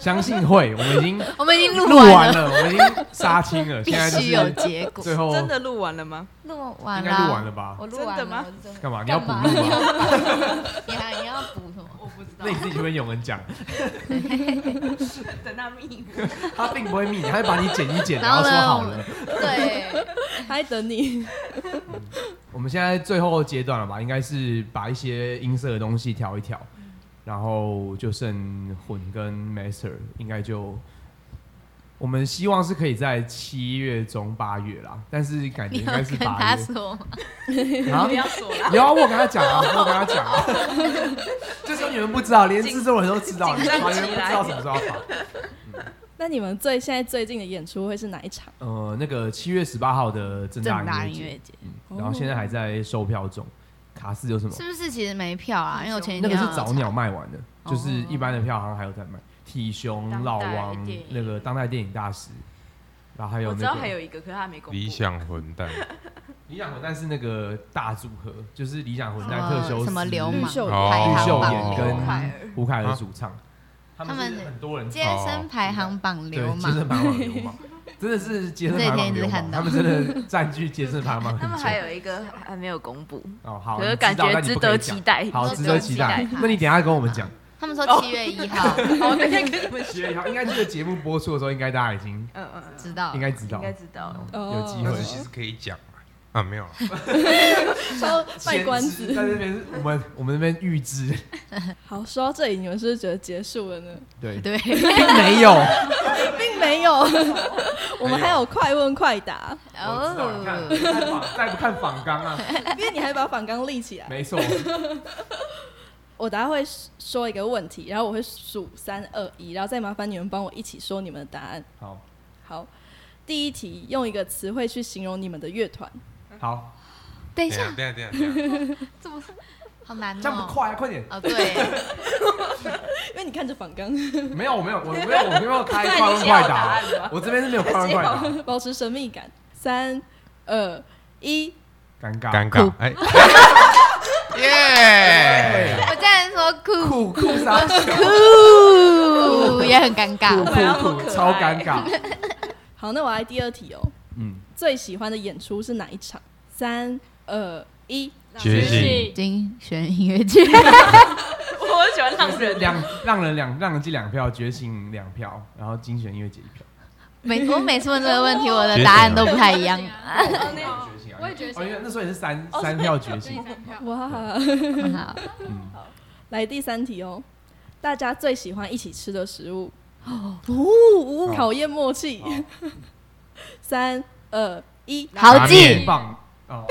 S8: 相信会，我们已经
S5: 我们已 [laughs] 经录
S8: 录
S5: 完
S8: 完
S5: 了
S8: 了，我们已经杀青
S5: [laughs]
S8: 了，
S5: 必
S8: 现在就是
S5: 须有结果
S8: 最后
S9: 真的录完了吗？
S5: 录完
S8: 应
S5: 啦
S8: 该录完了吧
S5: 我录完
S9: 真的吗
S5: 我是真的
S8: 干嘛你要补
S5: 干嘛
S8: 录吗
S5: 你还你要补什么？我不知
S8: [laughs] 那你自己就跟永恩讲，
S9: 等他命。
S8: 他并不会密，他会把你剪一
S5: [laughs]
S8: 剪，
S5: 然
S8: 然
S5: 后
S8: 后
S5: 呢
S8: 说好了。
S5: 对，
S1: 他在等你。 [laughs]
S8: 我们现在最后阶段了吧？应该是把一些音色的东西调一调，
S5: 嗯
S8: 然后就剩混跟 master，应该就我们希望是可以在七月中八月啦，但是感觉
S5: 你
S8: 应
S5: 要
S8: 该
S5: [laughs]
S8: 是
S5: 跟
S8: 八
S5: 他
S8: 月。
S5: 说吗？
S8: [laughs] 啊
S9: 不要说了，
S8: 有啊，我有跟他讲啊，我有跟他讲啊，就说你们不知道，连制作人都知道，你
S9: 紧
S8: 们
S9: 张
S8: 完全不
S9: 起
S8: 知
S9: 来
S8: 道什么时候要发。
S1: 那你们最现在最近的演出会是哪一场？
S8: 呃，那个七月十八号的正
S5: 正
S8: 大
S5: 大
S8: 音
S5: 音
S8: 乐节嗯
S5: 乐，节
S8: 然后现在还在售票中。卡斯有什么？
S5: 是不是其实没票啊？因为我前几
S8: 那个
S5: 天
S8: 是
S5: 有
S8: 早
S5: 查
S8: 鸟卖完的，就是一般的票好像还有在卖。体雄、老
S4: 当
S8: 王
S4: 代电影
S8: 那个当代电影大师，然后还有
S9: 我知
S8: 那
S9: 道还有
S8: 个
S9: 一个，可是他没公布。
S7: 理
S9: [laughs]
S7: 想混蛋，
S8: 理想混蛋是那个大组合，就是理想混
S5: 什
S8: 蛋
S5: 么
S8: 特修斯、
S5: 什么流
S7: 氓
S8: 吕
S5: 氓
S1: 秀
S7: 哦
S5: 排
S8: 秀
S5: 行
S8: 妍
S5: 榜
S8: 跟
S5: 流
S8: 胡凯
S5: 氓，
S8: 尔胡凯尔主唱，他
S5: 他
S8: 们
S5: 们
S8: 是很多人
S5: 接生排行榜
S8: 哦对
S5: 流
S8: 接生
S5: 氓，
S8: 排行榜流氓，真的是接生排行榜
S5: 这一天一直
S8: 流
S5: 看
S8: 氓，
S5: 到
S8: 他们真的占据接生排行榜
S9: 他
S8: 很
S9: 们
S8: 久。
S9: 还有一个还啊没有公布，
S8: 哦，好，
S9: 可是
S8: 你知道
S9: 感觉
S8: 但你不
S9: 值
S8: 可以
S9: 得
S8: 讲
S9: 期待
S8: 好，
S5: 值
S8: 值
S5: 得
S8: 得
S5: 期
S8: 期
S5: 待
S8: 待。那你等一下跟我们讲。 [laughs]
S5: 他们
S8: 哦
S5: 说七月一号，
S9: 好，等一下跟你们
S8: 七月一号，应该这个节目播出的时候，应该大家已经
S9: 嗯嗯，嗯
S5: 知道
S8: 应该知
S9: 应
S8: 道，
S9: 该知道了。
S8: 有机
S7: 但
S8: 会
S7: 是。其实可以讲嘛，啊，没有啊，
S1: 说卖关
S8: 先
S1: 子
S8: 知。在这边是我们我们那边预知，
S1: 好，说到这里，你们是不是觉得结束了呢？
S8: 对， [laughs]
S5: 对，
S8: 并没有，
S1: 并没有，我们还有快问快答，
S8: 我知道你看再访再不看访纲啊，
S1: 因为你还把反纲立起来。
S8: 没错，
S1: 我等下会说一个问题，然后我会数三二一，然后再麻烦你们帮我一起说你们的答案。
S8: 好
S1: 好，第一题，用一个词汇去形容你们的乐团。
S8: 好，
S10: 等
S7: 等一
S10: 一
S7: 下
S10: 下，
S7: 等一下等一下等一下，
S10: 怎么
S5: 好难
S8: 这样不
S5: 哦。
S8: 快啊，快点，
S5: 哦，对，
S1: 因为你看着反纲，
S8: 没有我没有我没有我没有开快
S9: 对你
S8: 问
S9: 先有
S8: 快
S9: 答
S8: 答
S9: 案吧，
S8: 我这边是没有快问快答，
S1: [laughs] 保持神秘感。三二一，
S8: 尴尬，
S7: 尴尬，哎，[laughs]
S8: 哎
S7: 耶，
S5: 我竟然说
S8: 酷
S5: 酷
S8: [laughs] 酷啥小？
S5: 酷，也很尴
S8: 酷
S5: 尬。
S8: 酷酷，超尴尬，
S1: 好，那我来第二题哦。
S8: 嗯，
S1: 最喜欢的演出是哪一场？三二一，
S7: 觉醒，
S10: 是
S5: 金弦音乐剧，
S9: [laughs]
S5: [laughs]
S9: 我喜欢
S8: 就
S9: 让
S8: 是
S9: 人
S8: 两让人两让人记两票，觉醒两票，然后精选音乐节一票，
S5: 每我每次问这个问题，我的答案都不太一样。
S8: 觉醒啊，
S10: 我也觉醒
S8: 哦因为那时候也是三三票觉
S10: 对
S8: 醒，
S10: 三票
S1: 哇！
S5: 好，
S8: 嗯，
S1: 来第三题哦，大家最喜欢一起吃的食物。哦，考验默契
S8: 好。
S1: [laughs] 三二一，
S5: 豪
S7: 面
S5: 记，
S8: 棒哦，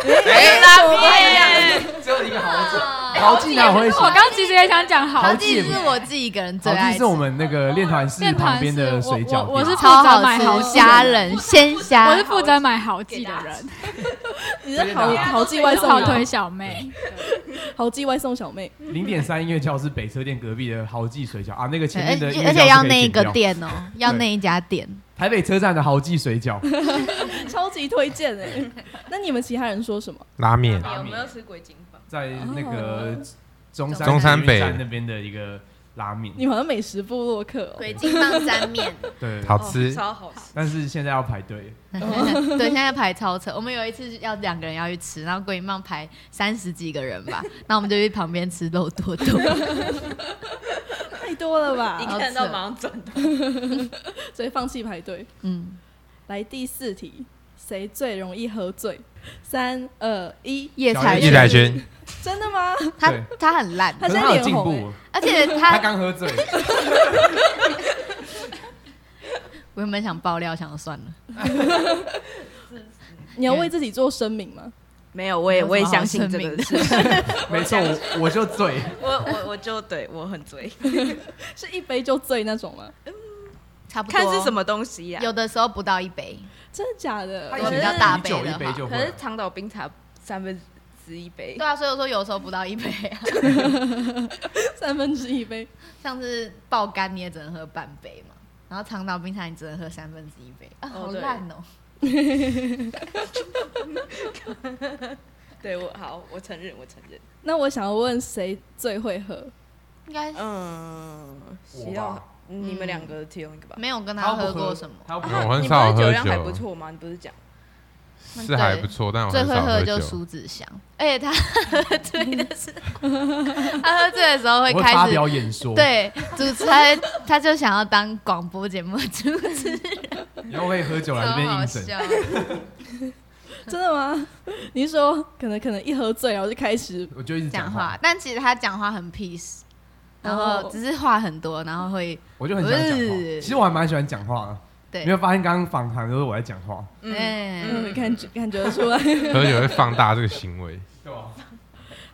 S8: 只有一个豪记，豪
S10: 好
S8: 记哪会
S10: 我刚其实也想讲好
S5: 豪
S8: 豪
S10: 记，
S5: 记
S8: 记
S5: 是我自己一个人最
S8: 豪
S5: 爱
S8: 记
S5: 吃
S8: 是。我们那个练团室
S10: 面团
S8: 旁边
S10: 是
S8: 的
S10: 我
S8: 水饺
S10: 我我
S8: 店
S10: 是
S5: 超好
S10: 负责买豪
S5: 吃，
S10: 记
S5: 虾仁鲜
S8: [laughs]
S5: 虾，
S10: 我是负责买好记的人，
S1: 你是豪豪记外送
S10: 好
S1: 的
S10: 腿小妹，
S1: 豪记外送小妹，
S8: 零点三音乐教室北车店隔壁的豪记水饺啊，那个前
S5: 而
S8: 面的
S5: 且
S8: 音乐
S5: 而
S8: 教
S5: 且
S8: 室
S5: 要
S8: 可以
S5: 那一
S8: 剪
S5: 个
S8: 掉，
S5: 店哦，要那一家店。
S8: [laughs] 台北车站的豪记水饺，
S1: 超级推荐哎。那你们其他人说什么？
S7: 拉
S5: 哎
S8: 哦
S7: 面，
S9: 有没有吃鬼金棒？
S8: 在那个中山
S7: 哦中山
S8: 捷运
S7: 北
S8: 站那边的一个拉面，
S1: 你们好像美食部落客哦。
S5: 鬼金棒沾面，
S8: 对，
S7: 好吃，
S9: 超好吃，
S8: 但是现在要排队，
S5: [laughs] 对，现在排超车。我们有一次要两个人要去吃，然后鬼金棒排三十几个人吧，那我们就去旁边吃肉多多。
S1: 太多了
S9: 一
S1: 吧？
S9: 看到马上转头。
S1: 所以放弃排队。
S5: 嗯，
S1: 来第四题，谁最容易喝醉？三二一，
S5: 叶
S8: 小
S5: 彩
S8: 叶
S7: 叶乃轩，
S1: 真的吗？
S5: 他
S8: 对
S5: 他很烂，
S1: 他
S8: 可
S1: 现
S8: 是他
S1: 在
S8: 有
S1: 脸
S8: 进
S1: 红
S8: 步，
S5: 而且
S8: 他
S5: 他
S8: 刚喝
S5: [laughs]
S8: 醉，
S5: 我原本想爆料，想说算了，
S1: 欸，你要为自己做声明吗？
S9: 没有，我也我也相信这
S5: 有什
S9: 个
S5: 么好
S9: 事。 [laughs]
S8: 没错，我我就醉，
S9: 我我我就对我很醉，
S1: 是一杯就醉那种吗？
S5: 差不多。
S9: [laughs] 看是什么东西呀？
S5: 有的时候不到一杯，
S1: 真的假的
S8: 他？以
S5: 我
S8: 前
S5: 比
S8: 是
S5: 较大
S8: 啤
S5: 杯
S8: 酒一
S5: 的
S8: 杯
S5: 话
S8: 就会
S9: 可
S8: 了
S9: 是，长岛冰茶三分之一杯
S5: 对，啊，所以我说有时候不到一杯 [laughs] 啊。
S1: 三分之一杯，
S5: 上次爆肝你也只能喝半杯嘛，然后长岛冰茶你只能喝三分之一杯，啊，
S9: 哦
S5: 好
S9: 对
S5: 烂哦、
S9: 对我好，我承认，我承认。
S1: 那我想要问谁最会喝？
S5: 应该是
S9: 嗯，
S8: 我
S9: 需要
S8: 吧
S9: 你们两个其中一个吧。
S5: 没有跟
S8: 他
S5: 他
S8: 又不
S5: 喝过什么。
S8: 他又不
S7: 没
S8: 喝
S7: 哦有我很
S9: 你不是
S7: 少喝
S9: 量还不
S7: 酒，
S9: 错吗？你不是讲
S7: 是还不错，但我
S5: 最
S7: 很
S5: 会
S7: 少
S5: 喝的
S7: 酒
S5: 就。是苏子祥，而且哎他喝醉的时 [laughs] 候，他喝醉的时候会
S8: 我会发
S5: 开始
S8: 表演说，，
S5: 对主持人，他就想要当广播节目主持人，
S8: 然后会喝酒来这
S5: 超
S8: 边
S5: 好
S8: 应诊，
S5: 笑。
S1: 真的吗？你是说可能可能一喝醉然后就开始
S8: 我就一直
S5: 讲
S8: 话
S5: 话，，但其实他讲话很 peace，然后
S1: 哦
S5: 只是话很多，然后会
S8: 我就很想讲话，
S5: 呃
S8: 其实我还蛮喜欢讲话的。你有
S5: 对
S8: 没有发现刚刚访谈都是我在讲话？
S5: 哎
S1: 嗯感觉感觉得出来？ [laughs]
S7: 喝酒会放大这个行为，
S8: 对吧？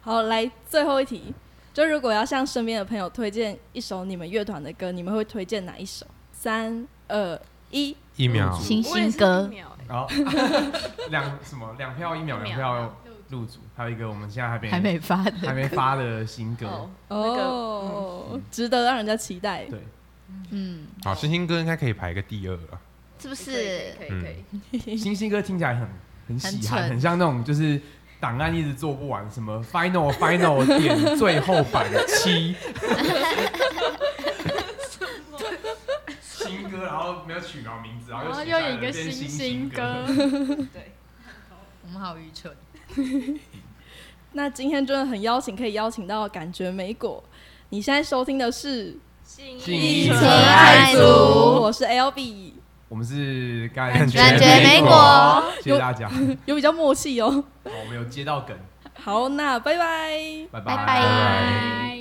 S1: 好，来最后一题，就如果要向身边的朋友推荐一首你们乐团的歌，你们会推荐哪一首？三二一，
S7: 一秒
S2: 嗯
S5: 星星哥，
S8: 然后 [laughs] 两什么两票一秒两票入主，还有一个我们现在还没
S5: 还没发的，
S8: 还没发的新歌
S9: 哦，，那个
S1: 哦，值得让人家期待。
S8: 对，
S5: 嗯，
S7: 好，星星哥应该可以排个第二啊了，
S5: 是不
S9: 可以
S5: 是？
S9: 可以可以可以，
S8: 新新歌听起来很很
S5: 很
S8: 喜欢，
S5: 蠢
S8: 很像那种就是档案一直做不完，什么 final final 点最后版 [laughs] 七。新歌，然后没有取到名字，然
S10: 然
S8: 后
S10: 后
S8: 又写
S10: 又
S8: 下来
S10: 有一个
S8: 了变
S10: 星
S8: 新
S10: 星
S8: 歌
S10: 歌，，
S9: 对，
S5: 我们好愚蠢。
S1: 那今天真的很邀请，可以邀请到感觉美果。你现在收听的是
S9: 信
S8: 信义
S1: 纯
S8: 纯爱
S1: 组，我是 L B，
S8: 我们是感
S1: 感觉
S8: 美
S1: 美果
S8: 谢谢大家。好，
S1: 有比较默契哦。
S8: 我们有接到梗，
S1: 好，那拜拜，
S8: 拜拜。